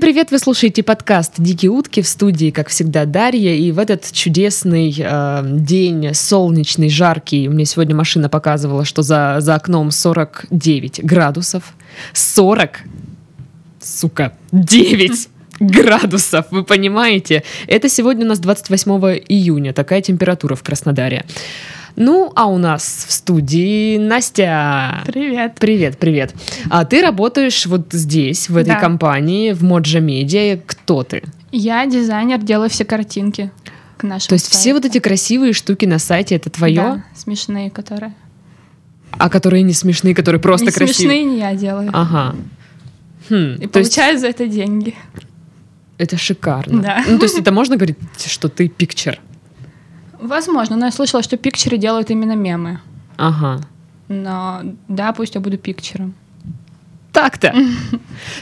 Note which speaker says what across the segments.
Speaker 1: привет! Вы слушаете подкаст «Дикие утки» в студии, как всегда, Дарья. И в этот чудесный э, день, солнечный, жаркий, мне сегодня машина показывала, что за, за окном 49 градусов. 40, сука, 9 градусов, вы понимаете? Это сегодня у нас 28 июня, такая температура в Краснодаре. Ну, а у нас в студии Настя.
Speaker 2: Привет.
Speaker 1: Привет, привет. А ты работаешь вот здесь, в этой
Speaker 2: Да.
Speaker 1: компании, в Моджа Медиа. Кто ты?
Speaker 2: Я дизайнер, делаю все картинки к нашему
Speaker 1: То есть все вот
Speaker 2: сайту.
Speaker 1: эти красивые штуки на сайте это твое,
Speaker 2: Да, смешные, которые.
Speaker 1: а которые не смешные, которые просто
Speaker 2: не
Speaker 1: красивые.
Speaker 2: смешные не я делаю.
Speaker 1: Ага. Хм, то
Speaker 2: И
Speaker 1: есть
Speaker 2: получаю за это деньги.
Speaker 1: это шикарно.
Speaker 2: Да.
Speaker 1: Ну, то есть это можно говорить, что ты пикчер.
Speaker 2: Возможно, но я слышала, что пикчеры делают именно мемы.
Speaker 1: Ага.
Speaker 2: Но да, пусть я буду пикчером.
Speaker 1: Так-то.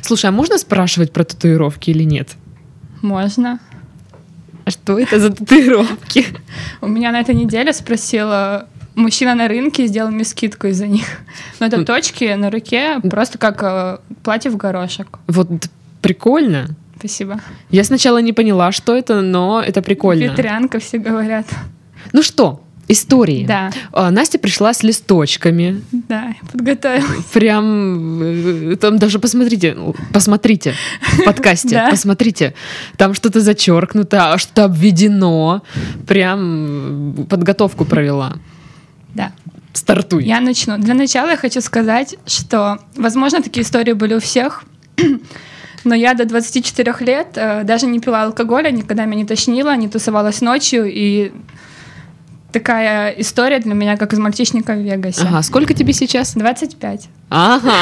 Speaker 1: Слушай, а можно спрашивать про татуировки или нет?
Speaker 2: Можно.
Speaker 1: А что это за татуировки?
Speaker 2: У меня на этой неделе спросила мужчина на рынке, сделал мне скидку из-за них. Но это
Speaker 1: М.
Speaker 2: точки на руке, просто как э, платье в горошек.
Speaker 1: Вот прикольно.
Speaker 2: Спасибо.
Speaker 1: Я сначала не поняла, что это, но это прикольно.
Speaker 2: Ветрянка, все говорят.
Speaker 1: Ну что, истории.
Speaker 2: Да,
Speaker 1: А, Настя пришла с листочками.
Speaker 2: да, подготовила.
Speaker 1: Прям э, там даже посмотрите, ну, посмотрите в подкасте,
Speaker 2: Да.
Speaker 1: посмотрите. Там что-то зачеркнуто, а что-то обведено. Прям э, подготовку провела.
Speaker 2: Да.
Speaker 1: Стартуй.
Speaker 2: Я начну. Для начала я хочу сказать, что, возможно, такие истории были у всех, но я до 24 лет э, даже не пила алкоголя, никогда меня не тошнило, не тусовалась ночью, и такая история для меня, как из «Мальчишника в Вегасе».
Speaker 1: Ага, сколько тебе сейчас?
Speaker 2: 25.
Speaker 1: Ага.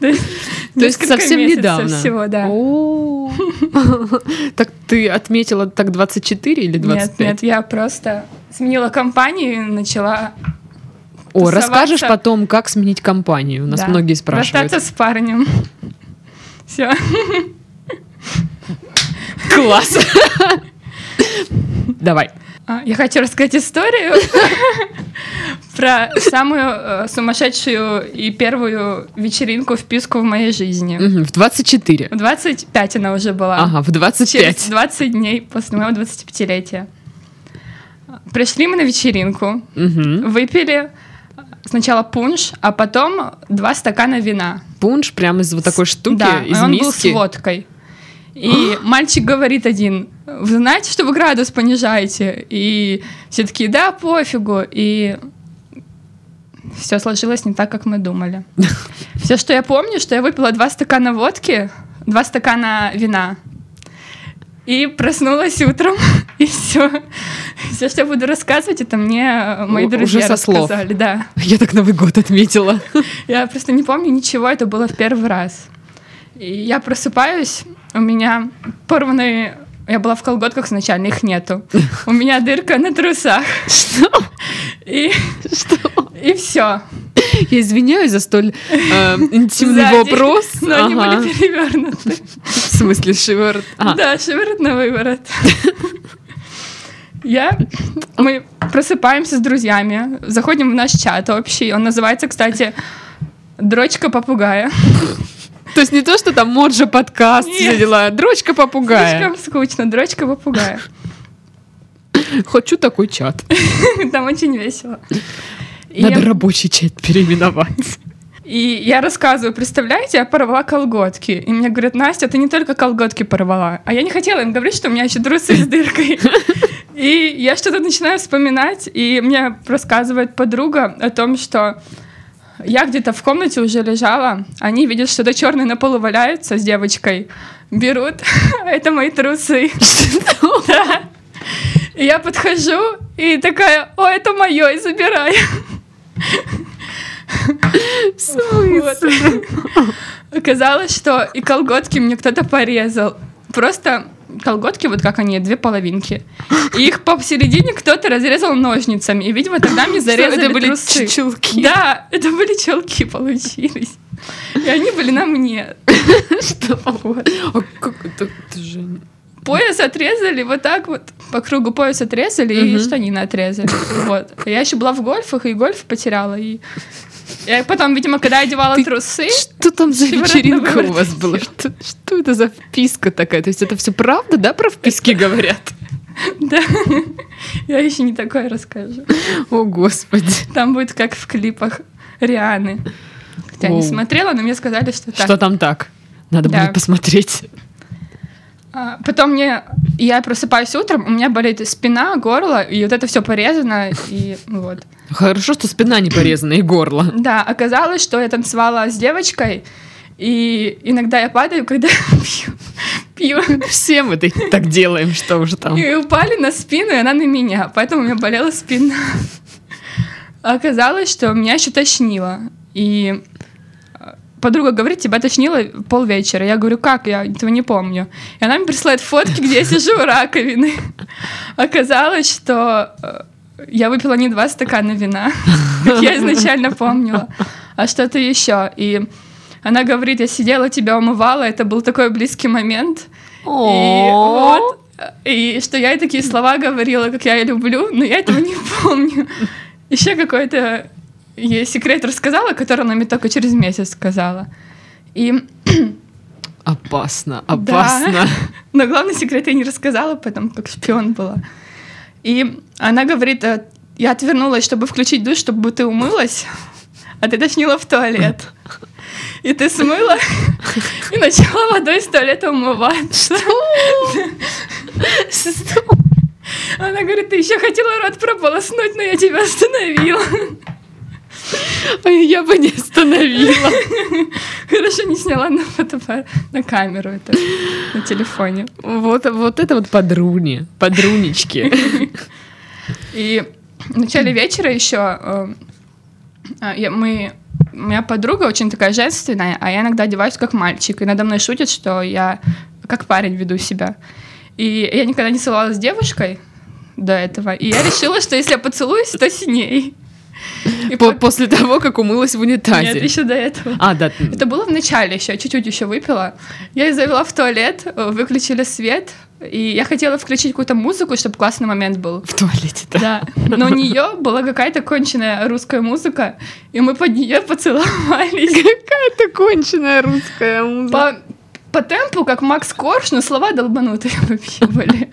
Speaker 1: То есть
Speaker 2: Несколько
Speaker 1: совсем
Speaker 2: месяцев
Speaker 1: недавно.
Speaker 2: всего, да.
Speaker 1: О. Так ты отметила так 24 или
Speaker 2: Нет,
Speaker 1: 25?
Speaker 2: нет, я просто сменила компанию и начала
Speaker 1: О,
Speaker 2: тусоваться.
Speaker 1: расскажешь потом, как сменить компанию. У нас
Speaker 2: да,
Speaker 1: многие спрашивают.
Speaker 2: расстаться с парнем. Все.
Speaker 1: Класс. Давай.
Speaker 2: А, Я хочу рассказать историю про самую э, сумасшедшую и первую вечеринку вписку в моей жизни.
Speaker 1: Мгм, В 24.
Speaker 2: В 25 она уже была.
Speaker 1: Ага, в
Speaker 2: Через
Speaker 1: 25.
Speaker 2: 20 дней после моего 25-летия. Пришли мы на вечеринку,
Speaker 1: Мгм.
Speaker 2: выпили сначала пунш, а потом два стакана вина.
Speaker 1: Пунш прям из вот такой штуки,
Speaker 2: да, и
Speaker 1: из
Speaker 2: он был с
Speaker 1: миски.
Speaker 2: водкой. И мальчик говорит один, вы знаете, что вы градус понижаете? И все такие, да, пофигу. И все сложилось не так, как мы думали. Все, что я помню, что я выпила два стакана водки, два стакана вина. И проснулась утром, и все. Все, что я буду рассказывать, это мне мои
Speaker 1: У-
Speaker 2: друзья
Speaker 1: уже со слов.
Speaker 2: рассказали. Да.
Speaker 1: Я так Новый год отметила.
Speaker 2: Я просто не помню ничего, это было в первый раз. И я просыпаюсь, у меня порванные... Я была в колготках изначально, их нету. У меня дырка на трусах.
Speaker 1: Что?
Speaker 2: И, и все.
Speaker 1: Я извиняюсь за столь э, интимный вопрос.
Speaker 2: Но они
Speaker 1: Ага.
Speaker 2: были перевернуты.
Speaker 1: В смысле, шиворот. А,
Speaker 2: Да, шиворот на выворот. Я, мы просыпаемся с друзьями, заходим в наш чат общий. Он называется, кстати, «Дрочка попугая».
Speaker 1: То есть не то, что там Моджа подкаст, все
Speaker 2: Нет.
Speaker 1: дела. Дрочка попугая.
Speaker 2: Слишком скучно, дрочка попугая.
Speaker 1: Хочу такой чат.
Speaker 2: Там очень весело. И,
Speaker 1: Надо рабочий чат переименовать.
Speaker 2: и я рассказываю, представляете, я порвала колготки. И мне говорят, Настя, ты не только колготки порвала. А я не хотела им говорить, что у меня еще трусы с дыркой. И я что-то начинаю вспоминать, и мне рассказывает подруга о том, что я где-то в комнате уже лежала, они видят, что-то черное на полу валяется с девочкой, берут, а это мои трусы. Да. И я подхожу и такая, о, это мое, и забираю. Вот. Оказалось, что и колготки мне кто-то порезал. Просто колготки, вот как они, две половинки. И их посередине кто-то разрезал ножницами. И, видимо, тогда мне зарезали
Speaker 1: Это были
Speaker 2: трусы.
Speaker 1: чучелки.
Speaker 2: Да, это были челки получились. И они были на мне.
Speaker 1: Что?
Speaker 2: Вот.
Speaker 1: А как это? Это же
Speaker 2: Пояс отрезали вот так вот. по кругу пояс отрезали и штанины отрезали. Вот. А Я еще была в гольфах, и гольф потеряла. И я потом, видимо, когда одевала трусы,
Speaker 1: Что там за
Speaker 2: Всё
Speaker 1: вечеринка
Speaker 2: вероятно,
Speaker 1: у вас была? Что, что это за вписка такая? То есть это все правда, да, про вписки говорят?
Speaker 2: да, я еще не такое расскажу.
Speaker 1: О, Господи.
Speaker 2: Там будет как в клипах Рианы. Хотя
Speaker 1: Воу.
Speaker 2: не смотрела, но мне сказали, что так.
Speaker 1: Что там так? Надо
Speaker 2: Да.
Speaker 1: будет посмотреть.
Speaker 2: А, Потом мне, я просыпаюсь утром, у меня болит спина, горло, и вот это все порезано, и вот.
Speaker 1: Хорошо, что спина не порезана и горло.
Speaker 2: Да, оказалось, что я танцевала с девочкой, и иногда я падаю, когда пью, пью.
Speaker 1: Все мы так- так делаем, что уже там.
Speaker 2: И упали на спину, и она на меня, поэтому у меня болела спина. Оказалось, что меня еще тошнило, и э, подруга говорит, тебя тошнило полвечера. Я говорю, как, я этого не помню. И она мне присылает фотки, где я сижу у раковины. Оказалось, что э, я выпила не два стакана вина, как я изначально помнила, а что-то еще. И она говорит, я сидела, тебя умывала, это был такой близкий момент. И
Speaker 1: О.
Speaker 2: вот, и что я ей такие слова говорила, как я ее люблю, но я этого не помню. Еще какой-то ей секрет рассказала, который она мне только через месяц сказала. И,
Speaker 1: Опасно, опасно.
Speaker 2: но главный секрет я не рассказала, потому как шпион была. И она говорит, э, я отвернулась, чтобы включить душ, чтобы ты умылась, а ты тошнила в туалет. И ты смыла и начала водой из туалета умываться. Она говорит, ты еще хотела рот прополоснуть, но я тебя остановила.
Speaker 1: Ой, Я бы не остановила.
Speaker 2: Хорошо, не сняла на фотоаппарат, на камеру это, на телефоне.
Speaker 1: Вот, вот это вот подруни, подрунички.
Speaker 2: И в начале вечера еще э, мы у меня подруга очень такая женственная, а я иногда одеваюсь как мальчик, и надо мной шутят, что я как парень веду себя. И я никогда не целовалась с девушкой до этого, и я решила, что если я поцелуюсь, то с ней. И
Speaker 1: По-
Speaker 2: пот-
Speaker 1: После того, как умылась в
Speaker 2: Нет,
Speaker 1: унитазе.
Speaker 2: еще до этого.
Speaker 1: А, да.
Speaker 2: Это было в начале еще, чуть-чуть еще выпила. Я ее завела в туалет, э, выключили свет, и я хотела включить какую-то музыку, чтобы классный момент был.
Speaker 1: В туалете, да.
Speaker 2: Да, но у нее была какая-то конченная русская музыка, и мы под нее поцеловались.
Speaker 1: Это конченая русская музыка.
Speaker 2: По, по темпу, как Макс Корж, но слова долбанутые вообще были.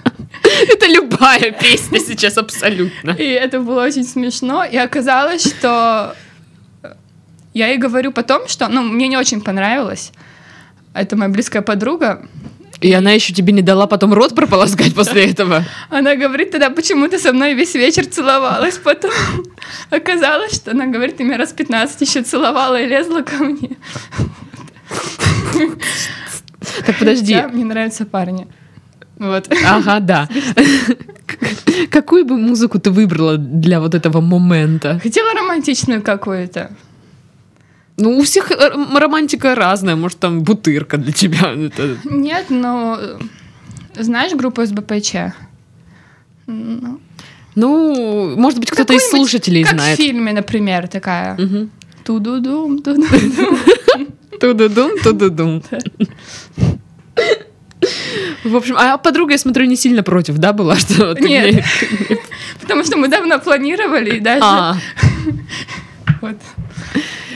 Speaker 1: Это любая песня сейчас абсолютно.
Speaker 2: И это было очень смешно. И оказалось, что э, я ей говорю потом, что ну, мне не очень понравилось. Это моя близкая подруга.
Speaker 1: И она еще тебе не дала потом рот прополоскать после этого.
Speaker 2: Она говорит, тогда почему ты со мной весь вечер целовалась потом? Оказалось, что она говорит, ты меня раз 15 еще целовала и лезла ко мне.
Speaker 1: Так подожди.
Speaker 2: Хотя мне нравятся парни. Вот.
Speaker 1: Ага, да. К- Какую бы музыку ты выбрала для вот этого момента?
Speaker 2: Хотела романтичную какую-то.
Speaker 1: Ну, у всех э, м- романтика разная. Может, там бутырка для тебя. Это-
Speaker 2: Нет, но... э, Знаешь группу СБПЧ? Ну,
Speaker 1: Ну, может быть, кто-то из
Speaker 2: Какой-нибудь,
Speaker 1: слушателей
Speaker 2: как
Speaker 1: знает.
Speaker 2: в фильме, например, такая.
Speaker 1: Мгм.
Speaker 2: Ту-ду-дум, ту-ду-дум.
Speaker 1: Ту-ду-дум, ту-ду-дум. В общем, а подруга, я смотрю, не сильно против, да, была? Что ты
Speaker 2: Нет.
Speaker 1: мне-
Speaker 2: Потому что мы давно планировали и даже...
Speaker 1: А,
Speaker 2: вот.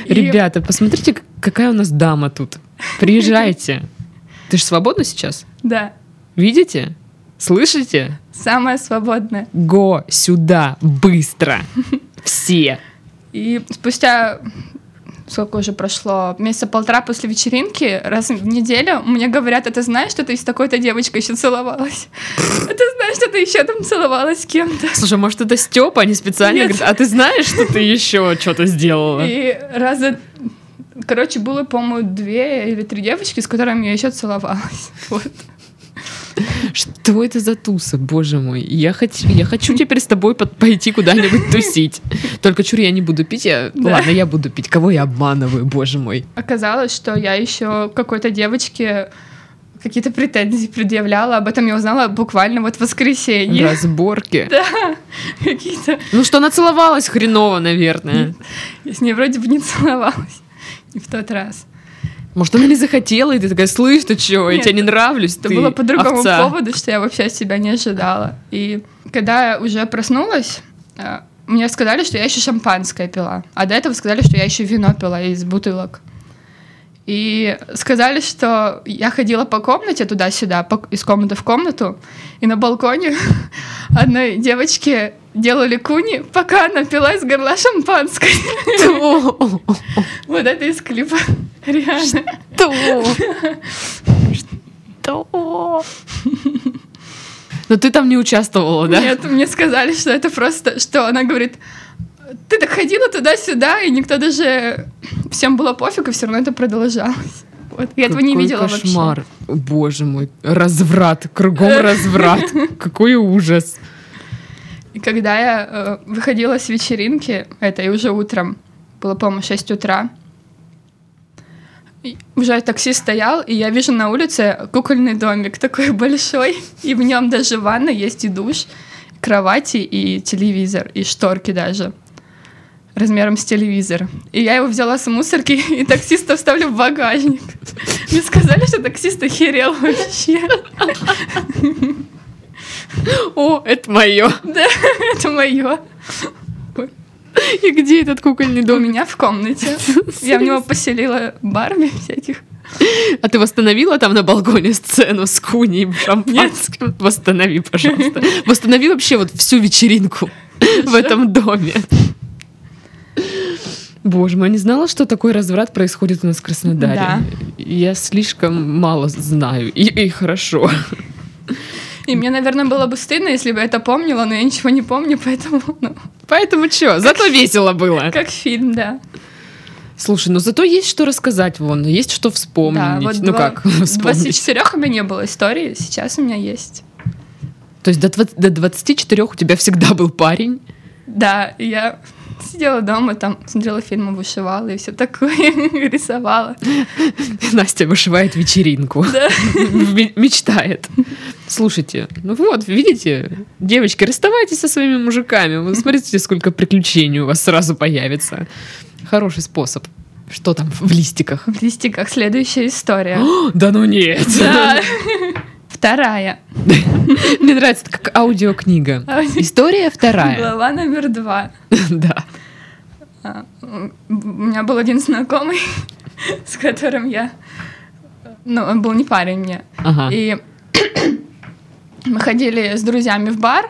Speaker 2: И
Speaker 1: ребята, посмотрите, к- какая у нас дама тут. Приезжайте. Ты же свободна сейчас?
Speaker 2: Да.
Speaker 1: Видите? Слышите?
Speaker 2: Самая свободная.
Speaker 1: Го сюда, быстро. Все.
Speaker 2: И спустя сколько уже прошло, месяца полтора после вечеринки, раз в неделю, мне говорят, а ты знаешь, что ты с такой-то девочкой еще целовалась? А ты знаешь, что ты еще там целовалась с кем-то?
Speaker 1: Слушай, а может, это Степа, они специально
Speaker 2: Нет.
Speaker 1: говорят, а ты знаешь, что ты еще что-то сделала?
Speaker 2: И раза... Короче, было, по-моему, две или три девочки, с которыми я еще целовалась. Вот.
Speaker 1: Что это за тусы, боже мой? Я хочу, я хочу теперь с тобой под- пойти куда-нибудь тусить. Только чур я не буду пить. я-
Speaker 2: Да.
Speaker 1: Ладно, я буду пить. Кого я обманываю, боже мой?
Speaker 2: Оказалось, что я еще какой-то девочке какие-то претензии предъявляла. Об этом я узнала буквально вот в воскресенье.
Speaker 1: Разборки.
Speaker 2: Какие-то...
Speaker 1: Ну что, она целовалась хреново, наверное.
Speaker 2: Я с ней вроде бы не целовалась. Не в тот раз.
Speaker 1: Может, она не захотела, и ты такая, слышь, ты чего, я
Speaker 2: Нет,
Speaker 1: тебе не нравлюсь,
Speaker 2: Это
Speaker 1: ты
Speaker 2: было по другому
Speaker 1: овца».
Speaker 2: поводу, что я вообще от себя не ожидала. И когда я уже проснулась, э, мне сказали, что я еще шампанское пила. А до этого сказали, что я еще вино пила из бутылок. И сказали, что я ходила по комнате туда-сюда, по- из комнаты в комнату, и на балконе одной девочке делали куни, пока она пила из горла шампанское. Вот это из клипа. Реально.
Speaker 1: Что? Что? Но ты там не участвовала, да?
Speaker 2: Нет, мне сказали, что это просто, что она говорит, ты так ходила туда-сюда, и никто даже... Всем было пофиг, и все равно это продолжалось. Вот. Я этого не
Speaker 1: Какой
Speaker 2: видела
Speaker 1: кошмар. О, Боже мой, разврат, кругом разврат. Какой ужас.
Speaker 2: вообще. И когда я э, выходила с вечеринки, это и уже утром, было, по-моему, 6 утра, и уже такси стоял, и я вижу на улице кукольный домик такой большой, и в нем даже ванна есть и душ, кровати и телевизор, и шторки даже. размером с телевизор. И я его взяла с мусорки и таксиста вставлю в багажник. Мне сказали, что таксист охерел вообще.
Speaker 1: О, это мое.
Speaker 2: Это мое.
Speaker 1: И где этот кукольный
Speaker 2: У
Speaker 1: домик?
Speaker 2: меня в комнате. Я в него поселила барби всяких.
Speaker 1: А ты восстановила там на балконе сцену с куней и шампанским? Восстанови, пожалуйста. Восстанови вообще вот всю вечеринку в этом доме. Боже мой, я не знала, что такой разврат происходит у нас в Краснодаре.
Speaker 2: Да.
Speaker 1: Я слишком мало знаю. И, и хорошо.
Speaker 2: И мне, наверное, было бы стыдно, если бы я это помнила, но я ничего не помню, поэтому, ну,
Speaker 1: Поэтому что, зато весело было.
Speaker 2: как фильм, да.
Speaker 1: Слушай, ну зато есть что рассказать вон, есть что вспомнить.
Speaker 2: Да, вот
Speaker 1: ну
Speaker 2: два-
Speaker 1: как,
Speaker 2: Два с
Speaker 1: вспомнить.
Speaker 2: четырех у меня не было истории, сейчас у меня есть.
Speaker 1: То есть до, двад- до 24 у тебя всегда был парень.
Speaker 2: Да, и я сидела дома, там смотрела фильмы, вышивала и все такое, рисовала.
Speaker 1: Настя вышивает вечеринку.
Speaker 2: Да.
Speaker 1: М- Мечтает. Слушайте, ну вот, видите, девочки, расставайтесь со своими мужиками. Вы смотрите, сколько приключений у вас сразу появится. Хороший способ. Что там в листиках?
Speaker 2: В листиках следующая история.
Speaker 1: О, да ну нет!
Speaker 2: Да. Вторая.
Speaker 1: Мне нравится, это как аудиокнига.
Speaker 2: А,
Speaker 1: История вторая.
Speaker 2: Глава номер два.
Speaker 1: Да.
Speaker 2: А, м, У меня был один знакомый, с которым я... Ну, он был не парень мне.
Speaker 1: Ага.
Speaker 2: И мы ходили с друзьями в бар,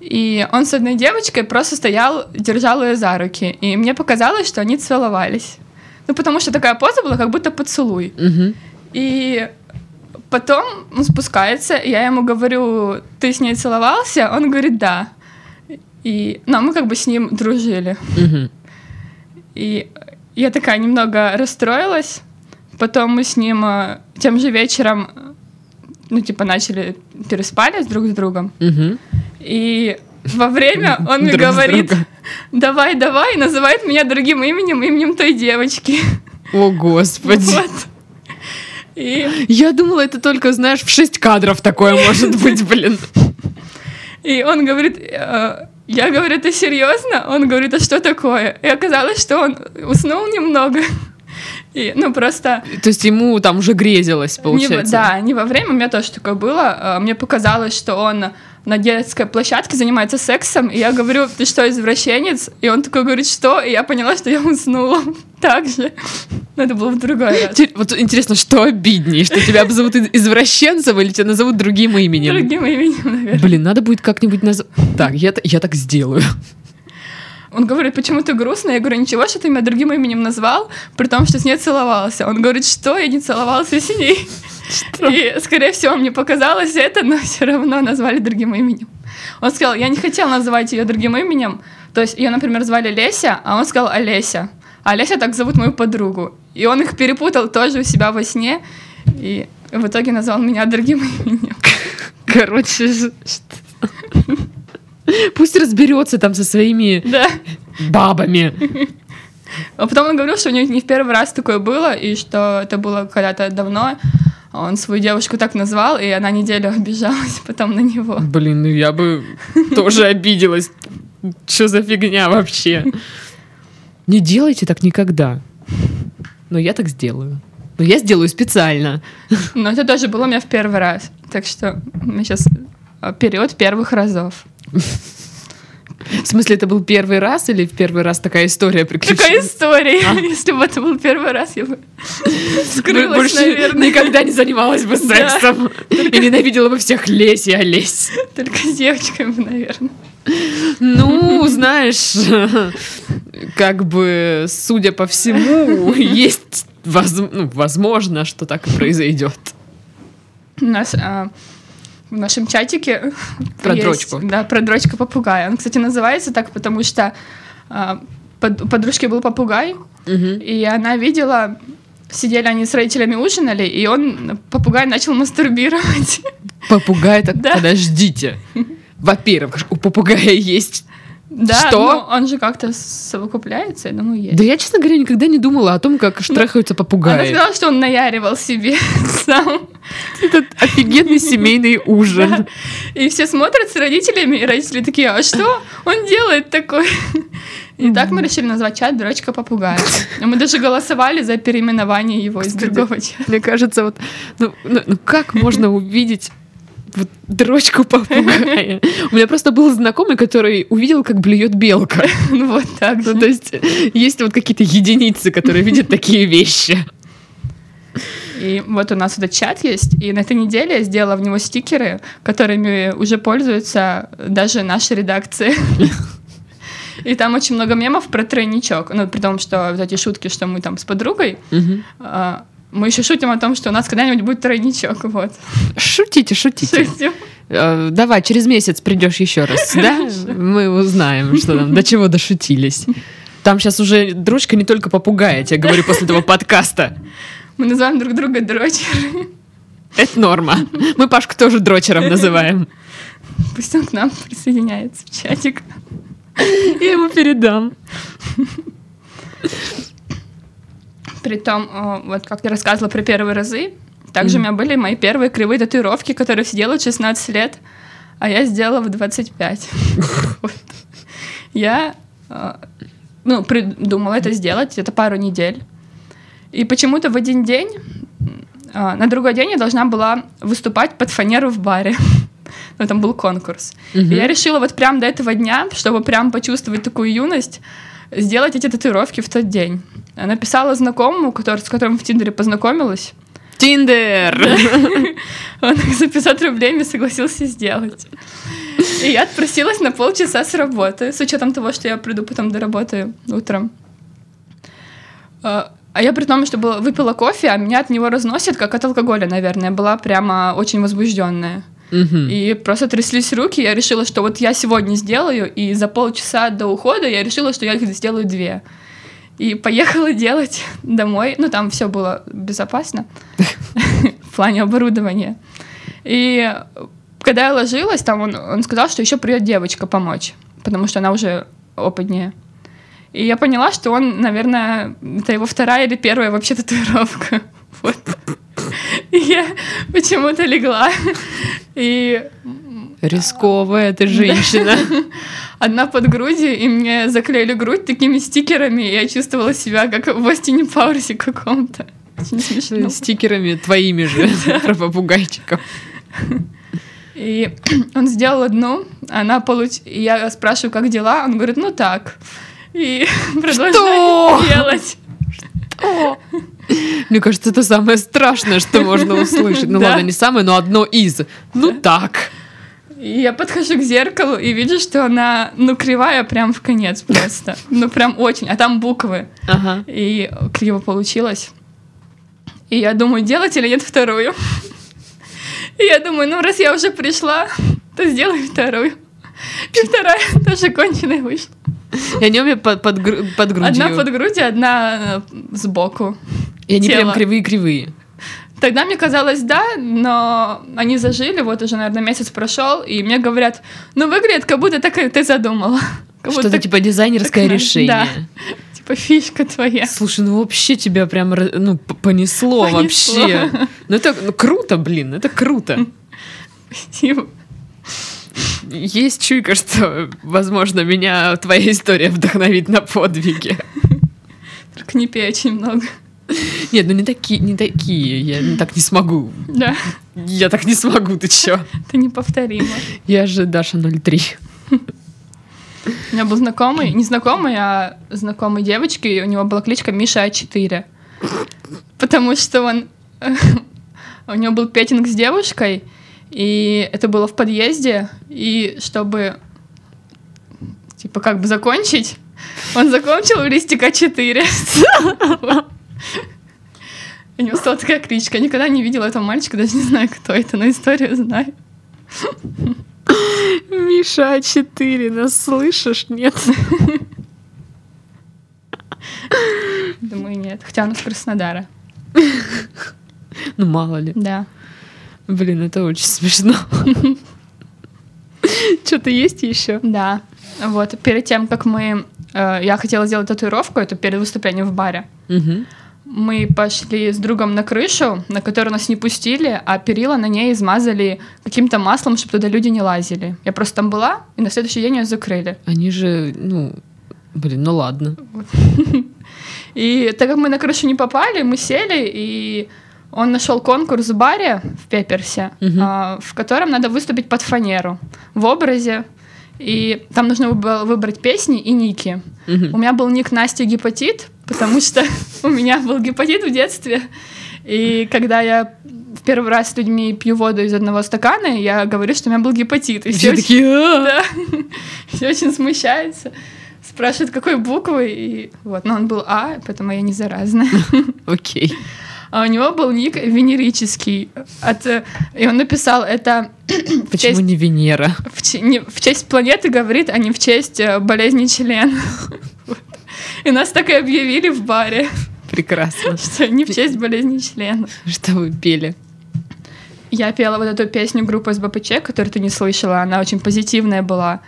Speaker 2: и он с одной девочкой просто стоял, держал ее за руки. И мне показалось, что они целовались. Ну, потому что такая поза была, как будто поцелуй.
Speaker 1: Мгм.
Speaker 2: И потом он спускается, и я ему говорю, ты с ней целовался? Он говорит, да. И, ну, а мы как бы с ним дружили.
Speaker 1: Мгм.
Speaker 2: И я такая немного расстроилась. Потом мы с ним э, тем же вечером, э, ну, типа, начали переспали с друг с другом.
Speaker 1: Мгм.
Speaker 2: И во время он мне
Speaker 1: Друг с
Speaker 2: говорит,
Speaker 1: другом.
Speaker 2: давай, давай, и называет меня другим именем, именем той девочки.
Speaker 1: О, Господи.
Speaker 2: Вот. И
Speaker 1: Я думала, это только, знаешь, в шесть кадров такое может быть, блин.
Speaker 2: И он говорит, э, я говорю, это серьезно? Он говорит, а что такое? И оказалось, что он уснул немного. И, ну, просто...
Speaker 1: То есть ему там уже грезилось,
Speaker 2: не во-
Speaker 1: получается.
Speaker 2: да, не во время, у меня тоже такое было. Э, Мне показалось, что он на детской площадке занимается сексом, и я говорю, ты что, извращенец? И он такой говорит, что? И я поняла, что я уснула так же. Но это было в другой раз.
Speaker 1: Те- Вот интересно, что обиднее, что тебя обзовут из- извращенцем или тебя назовут другим именем?
Speaker 2: Другим именем, наверное.
Speaker 1: Блин, надо будет как-нибудь назвать. Так, я, т- я так сделаю.
Speaker 2: Он говорит, почему ты грустная? Я говорю, ничего, что ты меня другим именем назвал, при том, что с ней целовался. Он говорит, что я не целовался с ней. И, скорее всего, мне показалось это, но все равно назвали другим именем. Он сказал, я не хотел называть ее другим именем. То есть ее, например, звали Леся, а он сказал Олеся. А Олеся так зовут мою подругу. И он их перепутал тоже у себя во сне. И в итоге назвал меня другим именем.
Speaker 1: Короче, ж- что- пусть разберется там со своими
Speaker 2: Да.
Speaker 1: бабами.
Speaker 2: А потом он говорил, что у него не в первый раз такое было, и что это было когда-то давно. Он свою девушку так назвал, и она неделю обижалась потом на него.
Speaker 1: Блин, ну я бы тоже обиделась. Что за фигня вообще? Не делайте так никогда. Но я так сделаю. но я сделаю специально.
Speaker 2: Но это тоже было у меня в первый раз. Так что мы сейчас а, период первых разов.
Speaker 1: В смысле, это был первый раз или в первый раз такая история приключилась?
Speaker 2: Такая история.
Speaker 1: А?
Speaker 2: Если бы это был первый раз, я бы скрылась,
Speaker 1: больше
Speaker 2: наверное.
Speaker 1: никогда не занималась бы
Speaker 2: Да.
Speaker 1: сексом. И ненавидела бы всех лезь и олесь.
Speaker 2: Только с девочками, наверное.
Speaker 1: Ну, знаешь, как бы, судя по всему, есть воз- ну, возможно, что так и произойдет.
Speaker 2: У нас а, в нашем чатике
Speaker 1: Про
Speaker 2: есть-
Speaker 1: дрочку.
Speaker 2: Да, про дрочка попугая. Он, кстати, называется так, потому что а, под- у подружки был попугай,
Speaker 1: Мгм.
Speaker 2: и она видела, сидели они с родителями, ужинали, и он, попугай, начал мастурбировать.
Speaker 1: Попугай так,
Speaker 2: Да.
Speaker 1: подождите. Во-первых, у попугая есть...
Speaker 2: Да,
Speaker 1: Что?
Speaker 2: ну, он же как-то совокупляется, я думаю, есть.
Speaker 1: Да я, честно говоря, никогда не думала о том, как штрахаются
Speaker 2: Она
Speaker 1: попугаи.
Speaker 2: сказала, что он наяривал себе сам.
Speaker 1: Это офигенный семейный ужин.
Speaker 2: И все смотрят с родителями, и родители такие, а что он делает такой? И так мы решили назвать чат «Дрочка попугая». И Мы даже голосовали за переименование его из
Speaker 1: Кстати.
Speaker 2: другого чата.
Speaker 1: Мне кажется, вот ну, ну, ну как можно увидеть вот дрочку попугая? У меня просто был знакомый, который увидел, как блюет белка.
Speaker 2: Ну вот так
Speaker 1: Ну,
Speaker 2: же.
Speaker 1: то есть есть вот какие-то единицы, которые видят такие вещи.
Speaker 2: И вот у нас этот чат есть, и на этой неделе я сделала в него стикеры, которыми уже пользуется даже наша редакция. И там очень много мемов про тройничок. Ну, при том, что вот эти шутки, что мы там с подругой, а, мы еще шутим о том, что у нас когда-нибудь будет тройничок. Вот. типа,
Speaker 1: Шутите, шутите.
Speaker 2: Шутим.
Speaker 1: Э, Давай, через месяц придешь еще раз, да? Мы узнаем, что там, до чего дошутились. Там сейчас уже дрочка не только попугая, я тебе говорю после этого подкаста.
Speaker 2: Мы называем друг друга дрочеры.
Speaker 1: Это норма. Мы Пашку тоже дрочером называем.
Speaker 2: Пусть он к нам присоединяется в чатик.
Speaker 1: Я ему передам.
Speaker 2: Притом, э, вот как я рассказывала про первые разы, также у меня были мои первые кривые татуировки, которые все делают в 16 лет, а я сделала в 25. Вот. Я э, ну, придумала это сделать, это пару недель. И почему-то в один день, м, а, на другой день я должна была выступать под фанеру в баре. Ну, там был конкурс. И я решила вот прям до этого дня, чтобы прям почувствовать такую юность, сделать эти татуировки в тот день. Написала знакомому, который, с которым в Тиндере познакомилась.
Speaker 1: Тиндер!
Speaker 2: Он за 500 рублей мне согласился сделать. И я отпросилась на полчаса с работы, с учетом того, что я приду потом до работы утром. А а я при том, что была, выпила кофе, а меня от него разносит, как от алкоголя, наверное. Была прямо очень возбужденная.
Speaker 1: Мгм.
Speaker 2: И просто тряслись руки, я решила, что вот я сегодня сделаю, и за полчаса до ухода я решила, что я их сделаю две. И поехала делать домой, ну там все было безопасно в плане оборудования. И когда я ложилась, там он, он сказал, что еще придет девочка помочь, потому что она уже опытнее. И я поняла, что он, наверное, это его вторая или первая вообще татуировка. Вот. И я почему-то легла. И
Speaker 1: Рисковая ты женщина.
Speaker 2: одна под грудью, и мне заклеили грудь такими стикерами, и я чувствовала себя как в Остине Пауэрсе каком-то. Очень смешно.
Speaker 1: Стикерами твоими же про попугайчиков.
Speaker 2: И он сделал одну, она получ... и я спрашиваю, как дела? Он говорит, ну так. И продолжает делать.
Speaker 1: Мне кажется, это самое страшное, что можно услышать. Ну
Speaker 2: Да.
Speaker 1: ладно, не самое, но одно из. Ну так.
Speaker 2: И я подхожу к зеркалу и вижу, что она, ну, кривая прям в конец просто. Ну, прям очень. А там буквы.
Speaker 1: Ага.
Speaker 2: И криво получилось. И я думаю, делать или нет вторую. И я думаю, ну раз я уже пришла, то сделаю вторую. И вторая тоже конченая вышла.
Speaker 1: И они у меня под, под, гру- под грудью.
Speaker 2: Одна под грудью, одна э, сбоку.
Speaker 1: И они прям
Speaker 2: тело.
Speaker 1: кривые-кривые.
Speaker 2: Тогда мне казалось, да, но они зажили, вот уже, наверное, месяц прошел, и мне говорят, ну выглядит, как будто так и ты задумала. Как будто
Speaker 1: Что-то типа дизайнерское
Speaker 2: так,
Speaker 1: решение.
Speaker 2: да. типа фишка твоя.
Speaker 1: Слушай, ну вообще тебя прям ра- ну, п- понесло,
Speaker 2: Понесло.
Speaker 1: вообще. Ну это ну, круто, блин, это круто.
Speaker 2: Спасибо.
Speaker 1: Есть чуйка, что, возможно, меня твоя история вдохновит на подвиги.
Speaker 2: Только не пей очень много.
Speaker 1: Нет, ну не такие, не такие. Я так не смогу.
Speaker 2: Да,
Speaker 1: Я так не смогу, ты чё?
Speaker 2: это неповторимо.
Speaker 1: Я же Даша 03.
Speaker 2: У меня был знакомый, не знакомый, а знакомый девочки, и у него была кличка Миша А4. Потому что он... У него был петинг с девушкой, и это было в подъезде, и чтобы, типа, как бы закончить, он закончил в листик А А4. У него стала такая кличка. Я никогда не видела этого мальчика, даже не знаю, кто это, но историю знаю.
Speaker 1: Миша А4, нас слышишь? Нет.
Speaker 2: Думаю, нет. Хотя он из Краснодара.
Speaker 1: Ну, мало ли.
Speaker 2: Да.
Speaker 1: Блин, это очень смешно. Что-то есть еще?
Speaker 2: Да. Вот, перед тем, как мы... э, я хотела сделать татуировку, это перед выступлением в баре. Мы пошли с другом на крышу, на которую нас не пустили, а перила на ней измазали каким-то маслом, чтобы туда люди не лазили. Я просто там была, и на следующий день ее закрыли.
Speaker 1: Они же, ну, блин, ну ладно.
Speaker 2: И так как мы на крышу не попали, мы сели, и он нашел конкурс в баре в Пепперсе,
Speaker 1: Мгм.
Speaker 2: а, в котором надо выступить под фанеру в образе. И там нужно было выбрать песни и ники. У меня был ник Настя Гепатит, потому что у меня был гепатит в детстве. И когда я в первый раз с людьми пью воду из одного стакана, я говорю, что у меня был гепатит. И
Speaker 1: И все
Speaker 2: все, очень,
Speaker 1: такие, «А!»
Speaker 2: да, все очень смущаются, спрашивают, какой буквы. И вот, но он был А, поэтому я не заразная.
Speaker 1: окей.
Speaker 2: А у него был ник венерический. От, э, и он написал это в
Speaker 1: Почему
Speaker 2: честь,
Speaker 1: не Венера?
Speaker 2: в, че- не- в честь планеты, говорит, а не в честь э, болезни члена. Вот. И нас так и объявили в баре,
Speaker 1: Прекрасно.
Speaker 2: что не в честь болезни члена.
Speaker 1: Что вы пели?
Speaker 2: Я пела вот эту песню группы СБПЧ, которую ты не слышала, она очень позитивная была.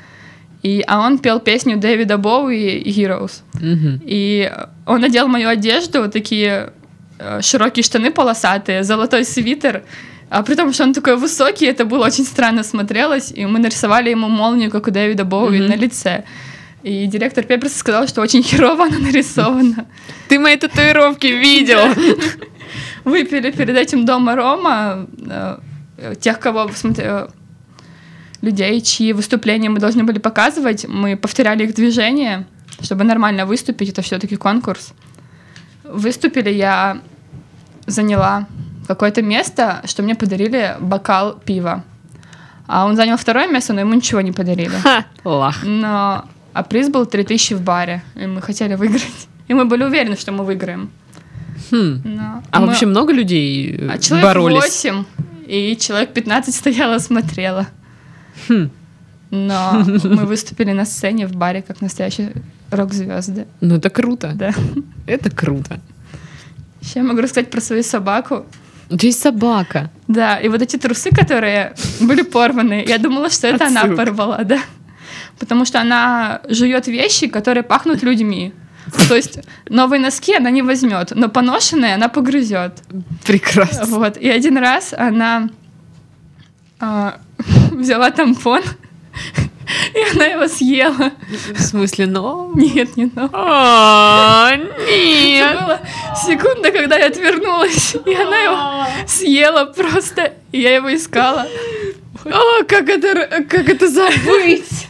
Speaker 2: И, а он пел песню Дэвида Боуи «Heroes».
Speaker 1: Мгм.
Speaker 2: И он надел мою одежду, вот такие э, широкие штаны полосатые, золотой свитер. А при том, что он такой высокий, это было очень странно смотрелось. И мы нарисовали ему молнию, как у Дэвида Боуи,
Speaker 1: Мгм.
Speaker 2: на лице. И директор Пепперса сказал, что очень херово она нарисована.
Speaker 1: Ты мои татуировки видел?
Speaker 2: Выпили перед этим дома Рома э, э, тех, кого смотр- э, людей, чьи выступления мы должны были показывать. Мы повторяли их движение, чтобы нормально выступить. Это все-таки конкурс. Выступили, я заняла какое-то место, что мне подарили бокал пива. А он занял второе место, но ему ничего не подарили.
Speaker 1: Ха, лах.
Speaker 2: Но а приз был 3000 в баре, и мы хотели выиграть. И мы были уверены, что мы выиграем.
Speaker 1: Хм.
Speaker 2: Но
Speaker 1: А
Speaker 2: мы-
Speaker 1: вообще много людей э,
Speaker 2: а человек
Speaker 1: боролись?
Speaker 2: 8, и человек 15 стояла, смотрела.
Speaker 1: Хм.
Speaker 2: Но мы выступили на сцене в баре, как настоящие рок-звезды.
Speaker 1: Ну это круто.
Speaker 2: Да.
Speaker 1: Это круто.
Speaker 2: Еще я могу рассказать про свою собаку.
Speaker 1: У тебя есть собака.
Speaker 2: Да, и вот эти трусы, которые были порваны, я думала, что это она
Speaker 1: Отсылка.
Speaker 2: порвала, да. Потому что она жует вещи, которые пахнут людьми. То есть новые носки она не возьмет, но поношенные она погрызет.
Speaker 1: Прекрасно.
Speaker 2: Вот. И один раз она а, взяла тампон, и она его съела.
Speaker 1: В смысле, но...
Speaker 2: Нет, не но.
Speaker 1: А,
Speaker 2: Это
Speaker 1: нет.
Speaker 2: была секунда, когда я отвернулась, и она его съела просто, и я его искала.
Speaker 1: А, как это, как это забыть?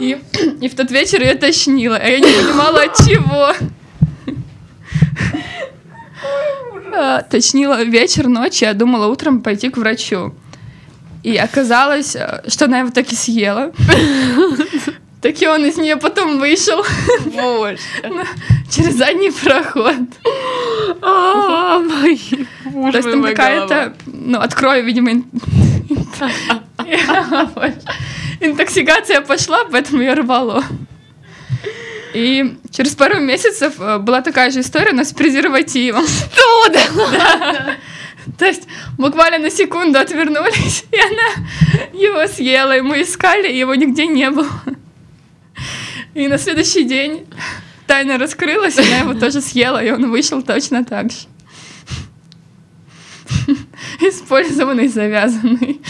Speaker 2: И, и в тот вечер ее тошнило, а я не понимала, от чего. А, Тошнило вечер, ночь, я думала утром пойти к врачу. И оказалось, э, что она его так и съела. Так и он из нее потом вышел
Speaker 1: Боже.
Speaker 2: через задний проход.
Speaker 1: А, мои
Speaker 2: То
Speaker 1: боже
Speaker 2: есть
Speaker 1: мой,
Speaker 2: там
Speaker 1: моя голова.
Speaker 2: какая-то, ну, открою, видимо, ин- интоксикация пошла, поэтому ее рвало. И через пару месяцев э, была такая же история, но с презервативом.
Speaker 1: Что? Да
Speaker 2: То есть буквально на секунду отвернулись, и она его съела, и мы искали, и его нигде не было. И на следующий день тайна раскрылась, и она его тоже съела, и он вышел точно так же. Использованный, завязанный.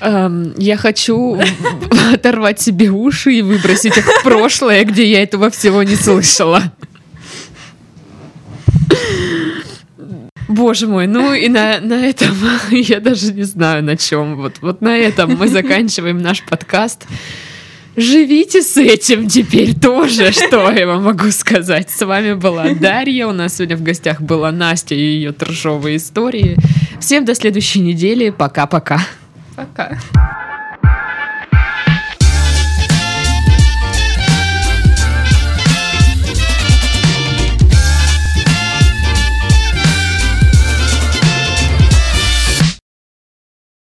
Speaker 1: Эм, я хочу оторвать себе уши и выбросить их в прошлое, где я этого всего не слышала. Боже мой, ну и на, на этом я даже не знаю на чем. Вот, вот на этом мы заканчиваем наш подкаст. Живите с этим теперь тоже, что я вам могу сказать. С вами была Дарья, у нас сегодня в гостях была Настя и ее торжовые истории. Всем до следующей недели, пока-пока.
Speaker 2: Пока.